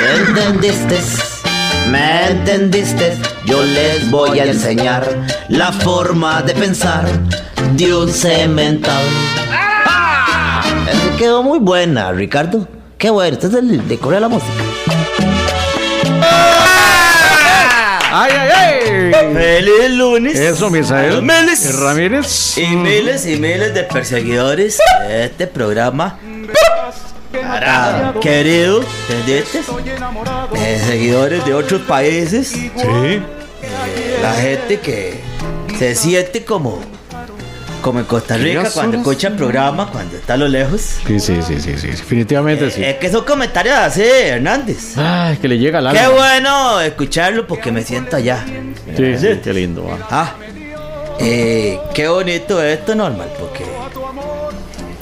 ¿Me entendiste? ¿Me entendiste? Yo les voy a enseñar la forma de pensar de un cemental. Eh, Quedó muy buena, Ricardo. Qué bueno, usted es el de Corea la Música. ¡Ay, ay, ay! ¡Feliz lunes! Eso, Misael. Meles. Ramírez. Y Mm. miles y miles de perseguidores de este programa. Para, querido, ¿entendiste? Perseguidores de otros países. Eh, Sí. La gente que se siente como como en Costa Rica Dios, cuando horas. escucha el programa, cuando está a lo lejos. Sí, sí, sí, sí, sí, definitivamente sí. Ah, Es que son comentarios así, Hernández. Ay, que le llega al Qué alma. bueno escucharlo porque me siento allá. Sí, sí, qué lindo. ah. Ah, eh, qué bonito esto, Normal, porque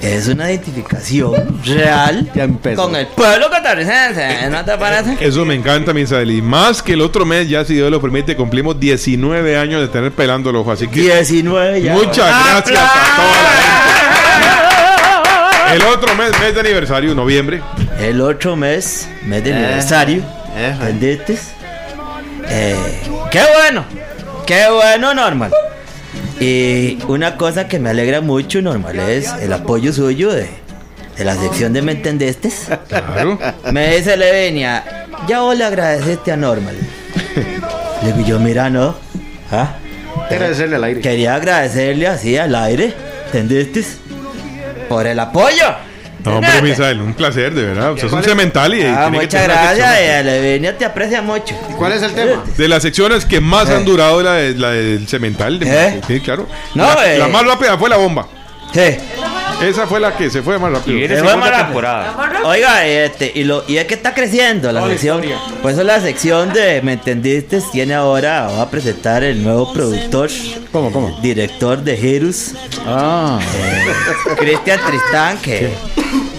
es una identificación real Ya empezó. con el pueblo costarricense. ¿eh? ¿No te parece? Eso me encanta, Misael. Y más que el otro mes, ya si Dios lo permite, cumplimos 19 años de tener pelando el ojo. Así que 19 ya. muchas gracias a toda la gente. El otro mes, mes de aniversario, noviembre. El otro mes, mes de aniversario. ¿Entendiste? Eh, qué bueno. Qué bueno, Norman. Y una cosa que me alegra mucho, Norman, es el apoyo suyo de, de la sección de Me Entendiste. Claro. Me dice Levenia, ya vos le agradeciste a Norman. Le digo yo, mira, no. ¿Ah? Agradecerle al aire. Quería agradecerle así al aire, ¿entendiste? Por el apoyo. No, hombre, ¿entendiste? Misael, un placer, de verdad. Usted es un cemental y Ah, tiene que muchas tener una gracias, sección. eh, Levenia te aprecia mucho. ¿Cuál es el tema? De las secciones que más Eh. han durado, la, de- la del cemental. de- Eh. Sí, claro. No, la, eh. la más rápida fue la bomba. Sí. Esa fue la que se fue más rápido. Se fue más rápido. Oiga, este, y, lo, y es que está creciendo la sección. Por eso la sección de ¿Me entendiste? tiene ahora, va a presentar el nuevo productor, ¿Cómo, cómo? director de Girus, Ah, Cristian Tristán, que,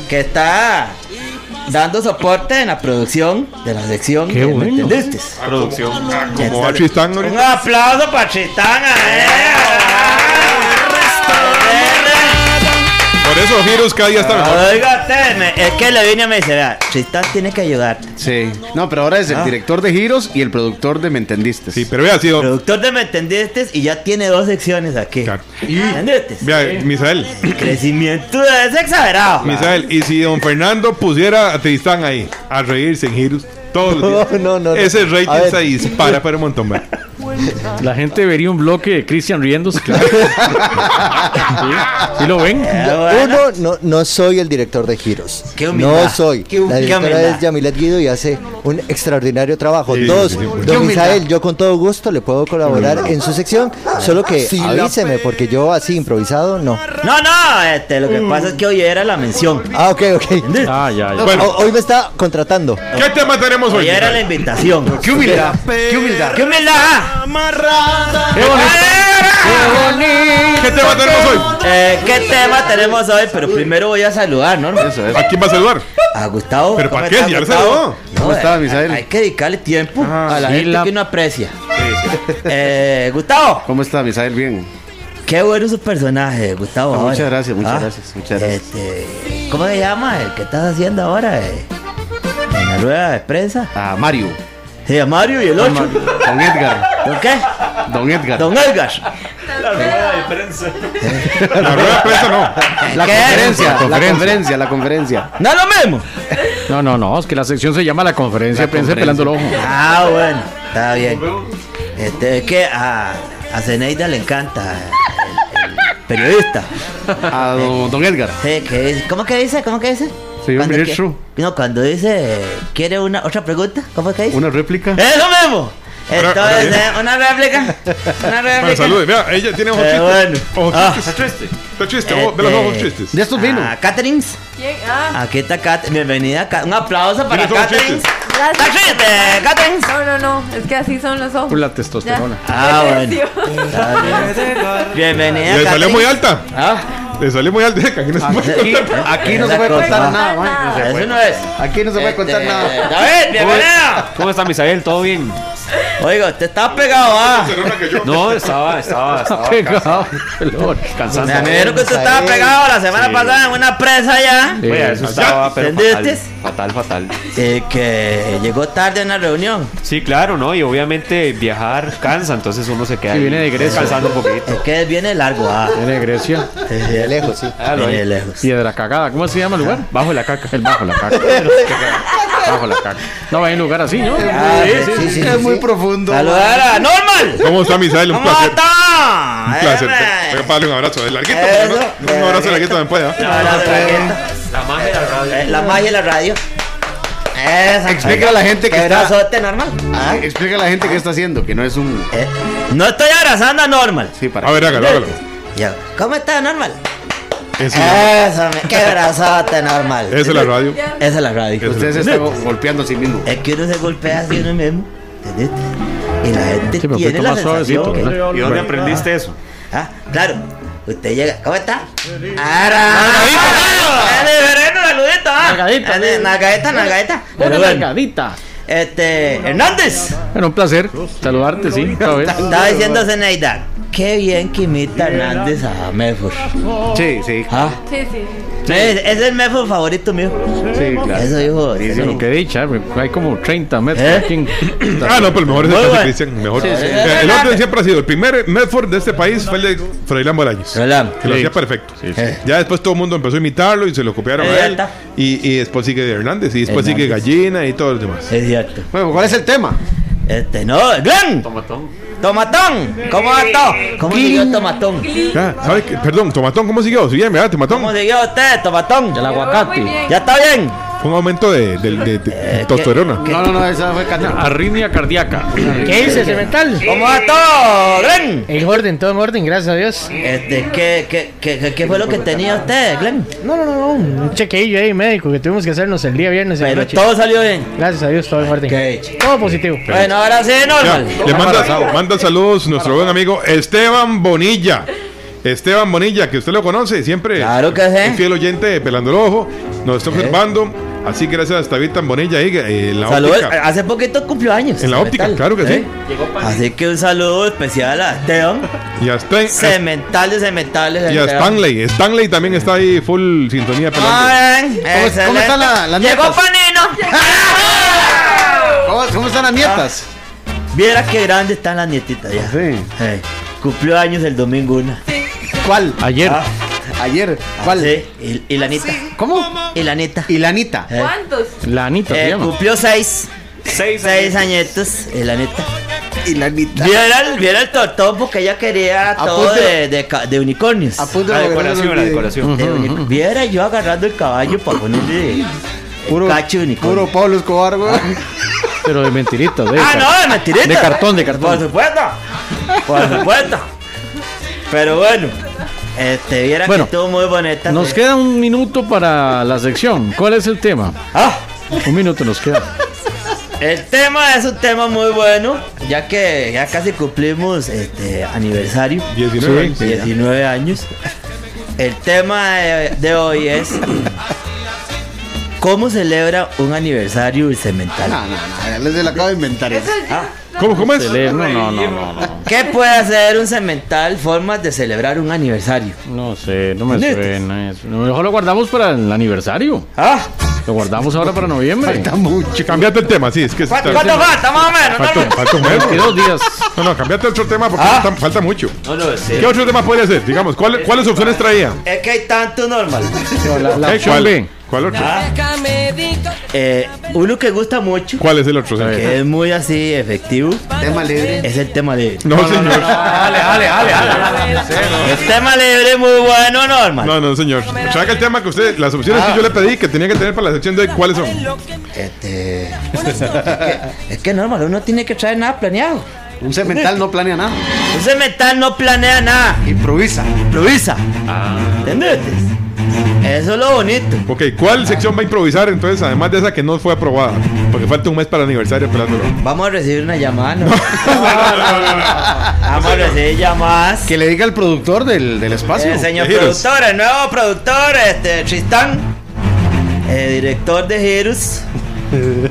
que está dando soporte en la producción de la sección Qué de ¿Me bueno. entendiste? Producción. Ah, como Ya va sale. Tristán Un ahorita. aplauso para Tristán. eh. Por eso Girus cada día está mejor. Oiga, usted, me- es que la viña me dice, vea, Tristán tiene que ayudar. Sí. No, pero ahora es el director de giros y el productor de Me Entendiste. Sí, pero vea, sido. Productor de Me Entendiste y ya tiene dos secciones aquí. Claro. ¿Me entendiste? Vea, Misael. El crecimiento es exagerado. Misael, y si don Fernando pusiera a Tristán ahí, a reírse en Girus todos los días. no, no, no. Ese A rating ver. se dispara para un montón. vea. la gente vería un bloque de Cristian riéndose. Claro. sí, sí lo ven. Ah, Oh, bueno. Uno, no, no soy el director de Giros. Qué humildad. no soy. Qué la directora humildad. es Yamilet Guido y hace un extraordinario trabajo. Sí, Dos, sí, sí, pues. Qué don Misael, yo con todo gusto le puedo colaborar en su sección, solo que avíseme, porque yo así improvisado no. No, no, este, lo que pasa es que hoy era la mención. Ah, ok, ok. Ah, ya, ya. Bueno. O- hoy me está contratando. ¿Qué tema tenemos hoy? Hoy era la Misael? invitación. ¡Qué humildad! ¡Qué humildad! ¡Qué humildad! Qué bonito. ¿Qué tema tenemos hoy? Eh, ¿Qué tema tenemos hoy? Pero primero voy a saludar, ¿no? Eso, eso. ¿A quién va a saludar? A Gustavo. ¿Pero ¿Cómo para qué? está, Ya lo Gustavo? saludó. No, ¿Cómo está, eh, Misael? Hay que dedicarle tiempo a la sí, gente la- que uno aprecia. Eh, Gustavo, ¿Cómo está, Misael? Bien. qué bueno su personaje, Gustavo. Ah, ahora. muchas gracias, muchas gracias, muchas gracias. este, ¿Cómo se llama el que estás haciendo ahora? eh? En la rueda de prensa. A Mario. Sí, a Mario y el Don otro. Mario. Don Edgar. ¿Por qué? Don Edgar. Don Edgar. La rueda de prensa no. La ¿Qué? conferencia, la conferencia, la conferencia. ¿No es lo mismo? No, no, no, es que la sección se llama La Conferencia, La pensé conferencia. pelando el ojo. Ah, bueno, está bien. Este, es que a, a Zeneida le encanta el, el periodista. A don, don Edgar. Sí, que dice- ¿Cómo que dice? ¿Cómo que dice? Señor Cuando que- ministro. no, cuando dice, ¿quiere una otra pregunta? ¿Cómo es que dice? Una réplica. ¡Es lo mismo! Ahora- Entonces, ahora bien. eh, una réplica. Una réplica. Bueno, salude. Vea, ella tiene ojos Eh, tristes. bueno. Ojos Ah. tristes. Está triste. ojo- Ve los Este, ojos tristes. De estos vino. A Caterings. ¿Quién? Ah, Aquí está Cat. Bienvenida, Cat. Un aplauso para Mira, son Caterings. chistes. Gracias. ¡Taxiste, Catens! No, no, no. Es que así son los ojos. Por la testosterona. Ya. Ah, Qué bueno. precioso. Bienvenida. Le salió Catherine. muy alta. Le salió muy alta. Aquí no se puede Aquí, contar. aquí no se puede Exacto. contar nada, mae. Nada. Eso no es. Aquí no se puede contar Este, nada. David, bienvenida. ¿Cómo está Misael? ¿Todo bien? Oiga, te estás pegado, ah. No, estaba, estaba, estaba pegado. Pelón, cansando. Me dijeron que tú estabas pegado la semana pasada en una presa allá. Eh, eso estaba, Ah, pero ¿Entendiste? fatal, fatal, fatal. Eh, que llegó tarde en la reunión. Sí, claro, ¿no? Y obviamente viajar cansa, entonces uno se queda Sí, ahí viene de Grecia. descansando un Es poquito. que viene largo, ah. Viene de Grecia. De lejos, sí. Ah, Claro, Viene ahí. lejos. Piedra cagada. ¿Cómo se llama el lugar? Bajo la caca. El bajo la caca. bajo la caca. No, hay un lugar así, ¿no? Ah, sí, sí, sí, Es muy sí. profundo. Saludar a Normal. ¿Cómo está Misael? Un ¿Cómo placer. está? Un placer. Hombre. Venga, para darle un abrazo. El larguito. Eso, ¿no? Un abrazo larguito también puede. Un ¿ah? abrazo, Raqueta. La magia de la radio. Eh, La magia de la radio. Esa. Explica a la gente que Qué está. brazote, Normal. Ah, Explica a la gente qué está haciendo, que no es un. Eh, no estoy abrazando a Normal. Sí, para. A ver, hágalo, hágalo. Ya. ¿Cómo está Normal? Eso, Eso, me- qué brazote, Normal. Esa es la radio. Ya. Esa es la radio. Usted se está go- golpeando a sí mismo. Es que uno se golpea así uno mismo. ¿entendiste? Y la gente Sí, pero un tiene poquito la más sensación suavecito, que- ¿verdad? ¿Y dónde aprendiste eso? Ah, claro. Usted llega. ¿Cómo está? ¡Ara! ¡Es diferente, saludito! ah! Nalgadita, Eh, sí. Nalgadita, nalgadita. Una Pero bueno, largadita. este. Hernández. Bueno, un placer saludarte, sí, otra vez. Estaba diciendo Zeneida. Qué bien que imita a Hernández a Medford. Sí, sí. Ah, Sí, sí. es, es el Medford favorito mío. Sí, claro. Eso dijo. Bueno, qué dicha, eh, hay como 30 metros ¿Eh? aquí en- Ah, no, pero el mejor es Muy el bueno. de Cristian. Mejor. sí. Eh, El orden siempre ha sido. El primer Medford de este país fue el de Froilán Bolaños. Froilán. Que lo Sí. hacía perfecto. sí. Eh. Ya después todo el mundo empezó a imitarlo y se lo copiaron Eh, a ya él. está. Y, y después sigue Hernández. Y después sigue Hernández. Gallina y todos los demás. Es cierto. Bueno, ¿cuál es el tema? Este, no, Glenn. Tomatón. Tomatón. ¿Cómo va todo? ¿Cómo siguió Tomatón? Ah, ¿sabe qué? Perdón, Tomatón, ¿cómo siguió? Sí, bien, ¿verdad, Tomatón? ¿Cómo siguió usted, Tomatón? El Muy aguacate. bien. ¿Ya está bien? Fue un aumento de, de, de- Eh, de testosterona. No, no, no, esa fue Catena. Arritmia cardíaca. ¿Qué dice ese mental? ¿Cómo va todo, Glenn? En orden, todo en orden, gracias a Dios. Este, ¿qué, qué, qué, qué, qué fue lo que tenía usted, Glenn? No, no, no, no, un chequeillo ahí médico que tuvimos que hacernos el día viernes en la Pero noche. todo salió bien. Gracias a Dios, todo en Qué orden. hecho. Todo positivo. Bueno, ahora sí, Ya, normal. le manda, manda saludos nuestro buen amigo Esteban Bonilla. Esteban Bonilla, que usted lo conoce, siempre Claro que sí. un fiel oyente de Pelando el Ojo, nos está observando. Así que gracias a Esteban Bonilla y eh, en la Saludos. óptica. Hace poquito cumplió años. En la óptica, Cemental. claro que sí. Así que un saludo especial a Esteban. Y a, Stan- Cementales, cementales. y a Stanley. Stanley también está ahí full sintonía de Pelando. ¿Cómo- cómo están la- las Llegó nietas? Panino. ¿Cómo, cómo están las nietas? Viera qué grande están las nietitas ya. Sí. Eh, cumplió años el domingo una. ¿Cuál? Ayer. Ah, Ayer. ¿Cuál? Sí, y, y la neta. ¿Cómo? Y la neta. Y la Anita. Eh, ¿Cuántos? La Anita se eh, llama. cumplió seis. Seis Seis añetos, eh, la neta. Y la Anita. Viera el, viera el tortón porque ella quería todo Apúntelo. de, de, ca- de unicornios. Apunta La decoración, la decoración. De unic- Viera yo agarrando el caballo para ponerle el Puro, cacho de unicornio. puro Pablo Escobar, güey. Pero de mentiritas, de ah, no, de mentirita. de cartón, de cartón. Por supuesto. Por supuesto. Pero bueno, este, viera Bueno, que estuvo muy bonita. Nos quedó queda un minuto para la sección. ¿Cuál es el tema? Ah, Un minuto nos queda. el tema es un tema muy bueno, ya que ya casi cumplimos este aniversario. 19 años. 19 años. El tema de, de hoy es ¿Cómo celebra un aniversario el cemental? No, no, no, ah, les se lo acabo de inventar. Eso es- ¿Cómo, cómo es? Se lee. No, no, no, no, no. ¿Qué puede hacer un cemental formas de celebrar un aniversario? No sé, no me Netas. suena eso. Mejor lo guardamos para el aniversario. Ah, Lo guardamos ahora para noviembre. Falta mucho. Cambiate el tema, sí, es que ¿cuánto, está- cuánto falta más o menos? Falta, No, no. falta un mes. 22 días. No, no, cambiate otro tema porque Ah. falta, falta mucho. No, no, sí. ¿Qué otro tema podría ser? Digamos, ¿cuál- ¿cuáles opciones traía? Es que hay tanto normal. La, la ¿Eh? opción ¿Cuál, B. ¿Cuál otro? Ah. Eh, uno que gusta mucho, ¿Cuál es el otro? señor? que es muy así efectivo, Tema libre. es el tema libre. No, señor. Dale, dale, dale. El tema libre es muy bueno, normal. No, no, señor. Saca el tema que usted, las opciones que yo le pedí que tenía que tener para la sección de hoy, ¿cuáles son? Este. es, que, es que normal, uno tiene que traer nada planeado. Un cemental no planea nada. Un cemental no planea nada. Improvisa. improvisa. ¿Entendiste? Eso es lo bonito. Ok, ¿cuál sección va a improvisar entonces, además de esa que no fue aprobada? Porque falta un mes para el aniversario, pelándolo. Vamos a recibir una llamada. ¿no? Vamos a recibir llamadas. Que le diga al productor del, del espacio. El señor de Heroes. productor, el nuevo productor, este, Tristán, eh, director de Heroes.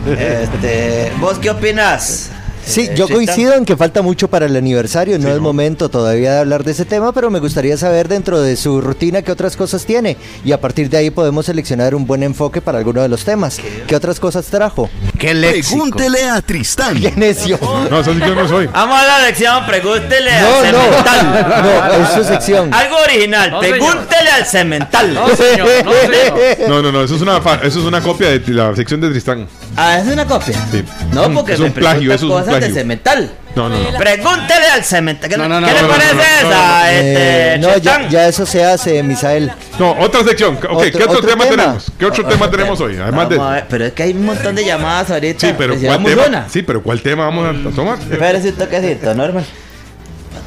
Este, ¿Vos qué opinas? Sí, Eh, yo Tristán. coincido en que falta mucho para el aniversario, no es momento todavía de hablar de ese tema, pero me gustaría saber dentro de su rutina qué otras cosas tiene y a partir de ahí podemos seleccionar un buen enfoque para alguno de los temas. ¿Qué, otras cosas trajo? Qué léxico. Pregúntele a Tristán. ¡Qué necio! No, eso sí yo no soy. Vamos a la lección, pregúntele No, al cemental. no, no, es su sección. Algo original, No, señor. pregúntele al cemental. No, señor, no, señor. No, no, no, eso es una, fa- eso es una copia de la sección de Tristán. Ah, es una copia. Sí. No, porque Es me un plagio, preguntan eso es un cosas de plagio. cemental. No, no, no. Pregúntele al cemental. ¿Qué, No, no, no, ¿qué le no, no, parece no, no, no, esa, este, Eh, no, ya, Tristán? ya eso se hace, Misael. No, otra sección. Ok, ¿qué Otro- otro, otro tema, tema. tenemos? ¿Qué otro tema tenemos hoy? Además de. Ah, Vamos a ver, pero es que hay un montón de llamadas ahorita. Sí, pero Pues ¿cuál llevamos tema? una. Sí, pero ¿cuál tema vamos a- a tomar? Espérese un toquecito, normal.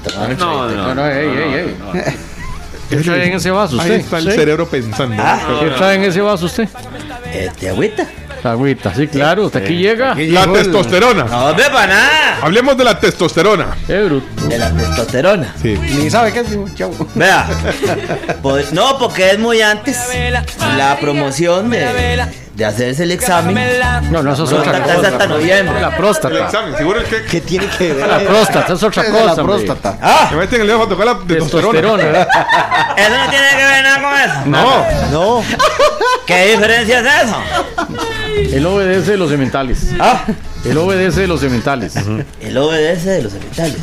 No, no, No, no, ey, ey, ey. ¿Qué trae en ese vaso Ahí usted? está el cerebro pensando. ¿Qué trae en ese vaso usted? Este agüita. Agüita, sí, claro, hasta aquí llega. Aquí La llegó el- testosterona. No, ve para nada. Hablemos de la testosterona. Qué Eh, bruto. De la testosterona. Sí. Ni sabe qué es. Chau. Vea. Pues, no, porque es muy antes. La promoción de, de hacerse el examen. No, no, eso es No otra está hasta cosa. noviembre. La El próstata. examen, seguro el que. ¿Qué tiene que ver? La próstata, es otra Es cosa. la hombre. próstata. Que Ah, meten el dedo para tocar la testosterona. Testosterona. eso no tiene que ver nada con eso. No. No, ¿Qué diferencia es eso? Él obedece de los cementales. Ah, Él obedece de los cementales. el obedece de los hospitales.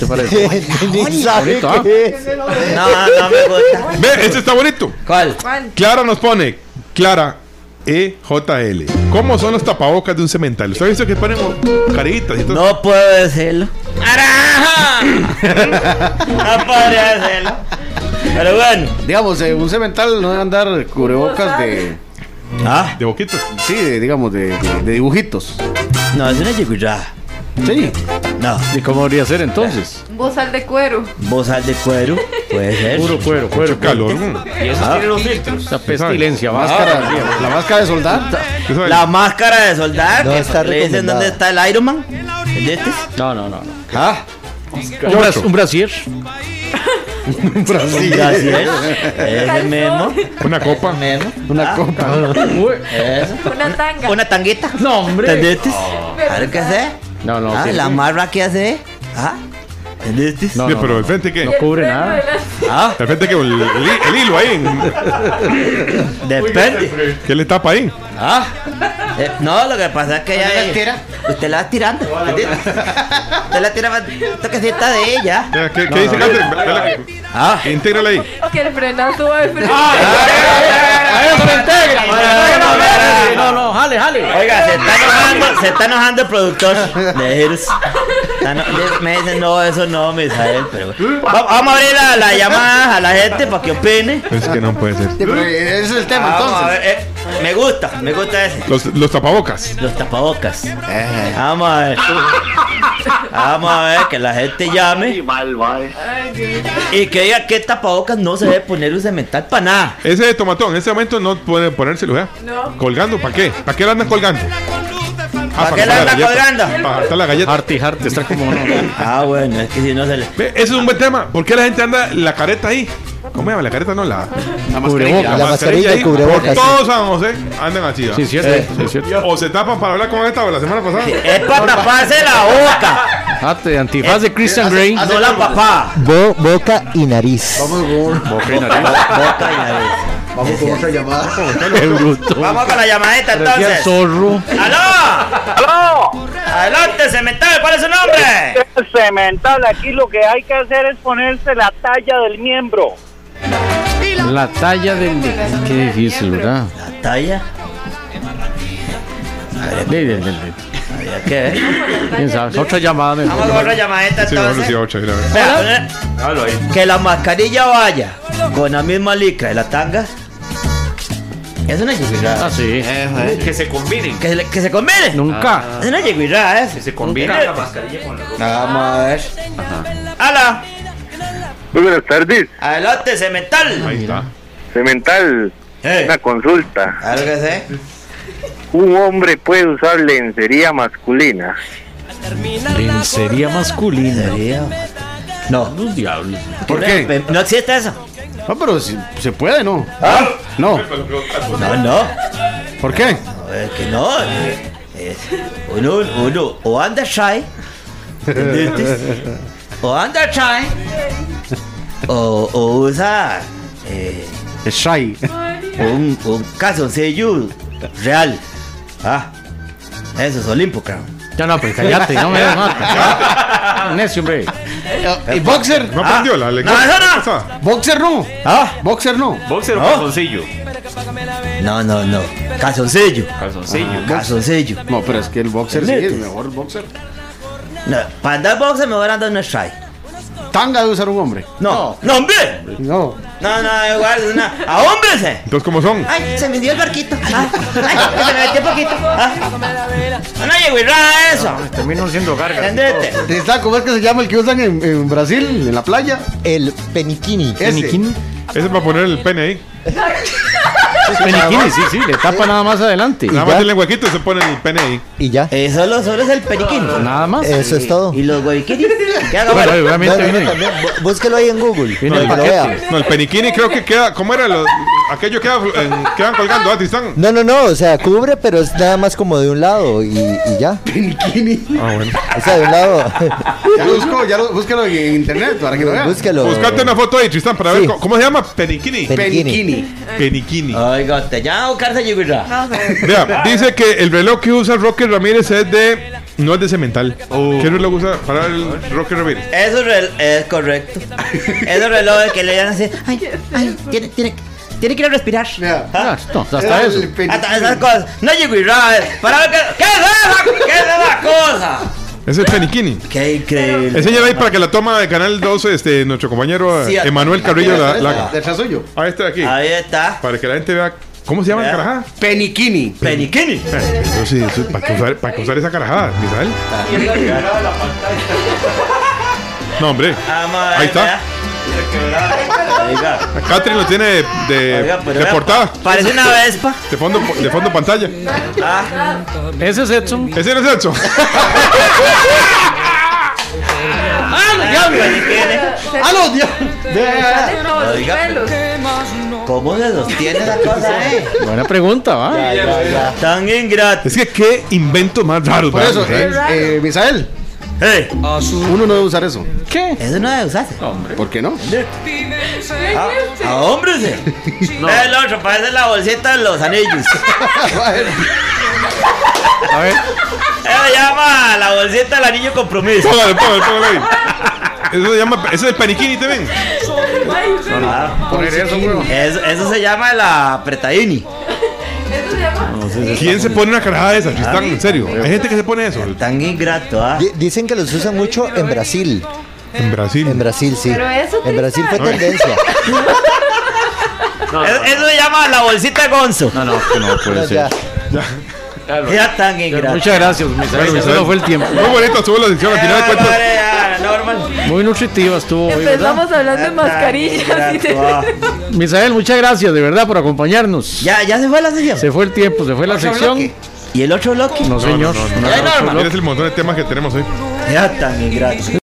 ni sabe Bonito, ¿ah? qué es. No, no me gusta. Ve, este está bonito. ¿Cuál? ¿Cuál? Clara nos pone. Clara. EJL. ¿Cómo son los tapabocas de un cemental? ¿Usted ha visto que ponen oh, caritas y todo? No puedo decirlo. ¡Araja! No podría decirlo. Pero bueno. Digamos, eh, un cemental no debe andar cubrebocas de. Ah, De boquitas. Sí, de, digamos, de, de- de dibujitos. no, es una yegurada. Sí. No, ¿Y cómo debería ser entonces? Un bozal de cuero. bozal de cuero. Puede ser. Puro cuero, cuero. cuero. Calor. mm. Y eso Ah. tiene los filtros. Esa pestilencia, Máscara, máscara. la máscara de soldado. ¿Usted sabe? La máscara de soldado. No que está le dicen recomendada. dónde está el Iron Man. ¿El de este? No, no, no. no. Ah, Un, bras- un brasier. Gracias. Ese Calzón. mismo. Una copa. mismo. una copa. Uy, Eso. Una tanga. Una tanguita. No, hombre. ¿Entendiste? Pero Claro que sé. No, no. Ah, que- la marra que hace. Ah, ¿entendiste? no, Sí, no, pero no. el frente que. No cubre nada. Ah, El frente que. El, el- el hilo ahí. depende. ¿Qué le tapa ahí? Ah, eh, no, lo que pasa es que ella. Usted la va tirando. ¿entendiste? Usted la tira más toquecita de ella. ¿Qué, qué dice Catherine? Vela- Ah. Intégrala ahí. Que el frenazo va de frente. No, no, jale, jale. Oiga, se está enojando, se está enojando el productor de Heroes. Está eno- de- Me dicen, no, eso no, Misael, pero bueno. Va- Vamos a abrir la, la llamada a la gente para que opine. Es que no puede ser. Pero ese es el tema, Vamos a entonces. ver, eh, me gusta, me gusta ese. Los, los tapabocas. Los tapabocas. Vamos a ver. Vamos a ver que la gente llame. Y que diga que tapabocas no se debe poner un cemental para nada. Ese de tomatón, en ese momento no puede ponérselo, ¿verdad? No. Colgando, ¿para qué? ¿Para qué lo andan colgando? Ah, ¿Para qué la la anda colgando? Para hartar la galleta. Harty, harty. Está como. No, Ah, bueno, es que si no se le. Ve, Ese es un buen tema. ¿Por qué la gente anda la careta ahí? ¿Cómo se llama? La careta no, la, La mascarilla. La mascarilla y ahí. Por cubrebocas, todo San José andan así. ¿va? Sí, es cierto. sí, es cierto. O se tapan para hablar con esta o la semana pasada. Es para taparse la boca, Hate, antifaz Ah, de Christian Grey. no la papá. Bo- boca y nariz. Boca y nariz. Vamos con otra llamada. Qué bruto. Vamos con la llamadita Parecía entonces. zorro. ¡Aló! ¡Aló! ¡Adelante, cemental! ¿Cuál es su nombre? Cemental, aquí lo que hay que hacer es ponerse la talla del miembro. La talla del. Qué difícil, ¿verdad? La talla. Del- del- del- Habría que ver. ¿Quién sabe? Otra llamada. me- Vamos con otra llamadita Sí, bueno, entonces. sí, ocho, sí, la verdad. Vea, Déjalo ahí. que la mascarilla vaya con la misma licra de la tanga. Es una Ah, yeguirada. sí. Que se combinen. Que, se le- que se combine. Nunca. Es una yeguirada, ¿eh? Que se combine la mascarilla con la ropa. Vamos a ver. ¡Hala! Muy buenas tardes, Adelante, cemental. Ahí está. Cemental. Una consulta. Claro que sí. ¿Un hombre puede usar lencería masculina? Lencería masculina. No. Los diablos. ¿Por qué? No existe eso. No, pero si- se puede, ¿no? No. No, no. ¿Por qué? No, es que no. eh, Uno, uno, o anda shy. ¿entendiste? O anda shy. O, o usa eh, Es shy. un, un calzoncillo real. Ah, eso es Olimpo, cabrón. Ya no, pues callate, no me mato. Ah, Necio, hombre. Eh, ¿Y boxer? No aprendió la lección. no, no, no. pasada. ¿Boxer no? Ah, ¿Boxer no? Boxer o No. calzoncillo. no, no, no. Ah, Calzoncillo. Calzoncillo. Calzoncillo. No, pero es que el boxer sí es Lentes. mejor boxer. No, para andar boxer mejor anda una shy. Tanga de usar un hombre. No, no, hombre. No. No, no, igual, una. ¡A hombres! eh. Entonces, ¿cómo son? Ay, se me dio el barquito. Ay, ay, se me metió poquito. Ah. No, no llegó a eso. Termino siendo gargas. ¿Entendete? Está, ¿Cómo es que se llama el que usan en, en Brasil, en la playa? El peniquini. Ese. Ese es para poner el pene ahí. Peniquini, sí, sí, le tapa nada más adelante. Nada más tiene el huequito y se pone el pene ahí. Y ya. Eh, solo, solo es el periquín. Ah, Nada más. Eso es todo. ¿Y los hueviquinis? ¿Qué hago? Bueno, Bueno, No, obviamente no, no, viene. también, bú- Búsquelo ahí en Google. Viene el para que lo paquete. vea. No, el peniquini creo que queda. ¿Cómo era? Los- aquello queda, en- quedan colgando, ¿ah, Tristán? No, no, no, o sea, cubre, pero es nada más como de un lado y, y ya. Ah, bueno. O sea, de un lado. Ya lo busco, ya lo, búscalo en internet para que lo vean. Búscalo. Buscate una foto ahí, Tristán, para ver Sí. cómo, cómo se llama. Peniquini. Pe- Peniquini. Peniquini. Oiga, te llamo Carta Yugurra. No sé. Vea, dice que el reloj que usa Roque Ramírez es de. No es de cemental. ¿Qué reloj usa para el Roque Ramírez? Eso es correcto. Esos relojes que le dan así. Ay, ay, tiene, tiene, tiene que ir a respirar. Ah, Ah, no, hasta eso. Hasta Ah, esas cosas. No llegó Para ver qué. ¿Qué es esa? ¿Qué es esa cosa? Es el peniquini. Qué increíble. Enséñala ahí para que la toma de Canal 12, este, nuestro compañero Sí, eh, Emanuel Carrillo la, la haga. Detrás suyo. Ah, este de aquí. Ahí está. Para que la gente vea. ¿Cómo se llama el Vea. carajá? Peniquini. Peniquini. Eso sí, eso es para que usar, para que usar esa carajada, Misael. No, hombre. Vamos a ver, Ahí está. vea. Oiga, Catherine lo tiene de, de- oiga, pero de vea, portada. Parece una Vespa. De fondo, de fondo pantalla. Ah, Ese es Edson. ¿Ese no es Edson? Ah, Peniquini. ¡Ah, no, Dios! Salen todos los Oiga, pelos. ¿Cómo se sostiene la cosa, eh? Buena pregunta, ¿va? Tan ingrato. Es que qué invento más raro. Por eso, eh, eh, Misael, Hey, uno no debe usar eso. ¿Qué? eso no debe usarse. ¿Por qué no? A hombres. eh. Ve El otro parece la bolsita de los anillos. A ver. Se llama la bolsita del anillo compromiso. Póngale, póngale, póngale ahí. Eso se llama. Ese es el paniquini también. Ah, Poner eso, weón. eso, eso se llama la apretadini. Eso se llama. ¿Quién se pone una carajada de esa, Tristán? En serio. Hay gente que se pone eso. Tan ingrato, ah. Di- Dicen que los usan mucho en Brasil. En Brasil. En Brasil, sí. Pero eso, En Brasil fue Tristán. tendencia. Eso, eso se llama la bolsita de Gonzo. No, no, que no puede No, ser. ya. Ya tan ingrato. Muchas gracias, Misael. Bueno, Se Misael. nos fue el tiempo. Muy bonito estuvo la sección al final de Ah, cuentas. vale, ah, normal. Muy nutritiva estuvo hoy, ¿verdad? Empezamos hablando de mascarillas y Tan ingrato, ah. de. Misael, muchas gracias de verdad por acompañarnos. Ya, ya se fue la sesión. Se fue el tiempo, se fue la sección. ¿Y el otro bloque? No, señor. no, no, No, Ya, no, Norma. Mira, es el montón de temas que tenemos hoy. Ya tan ingrato.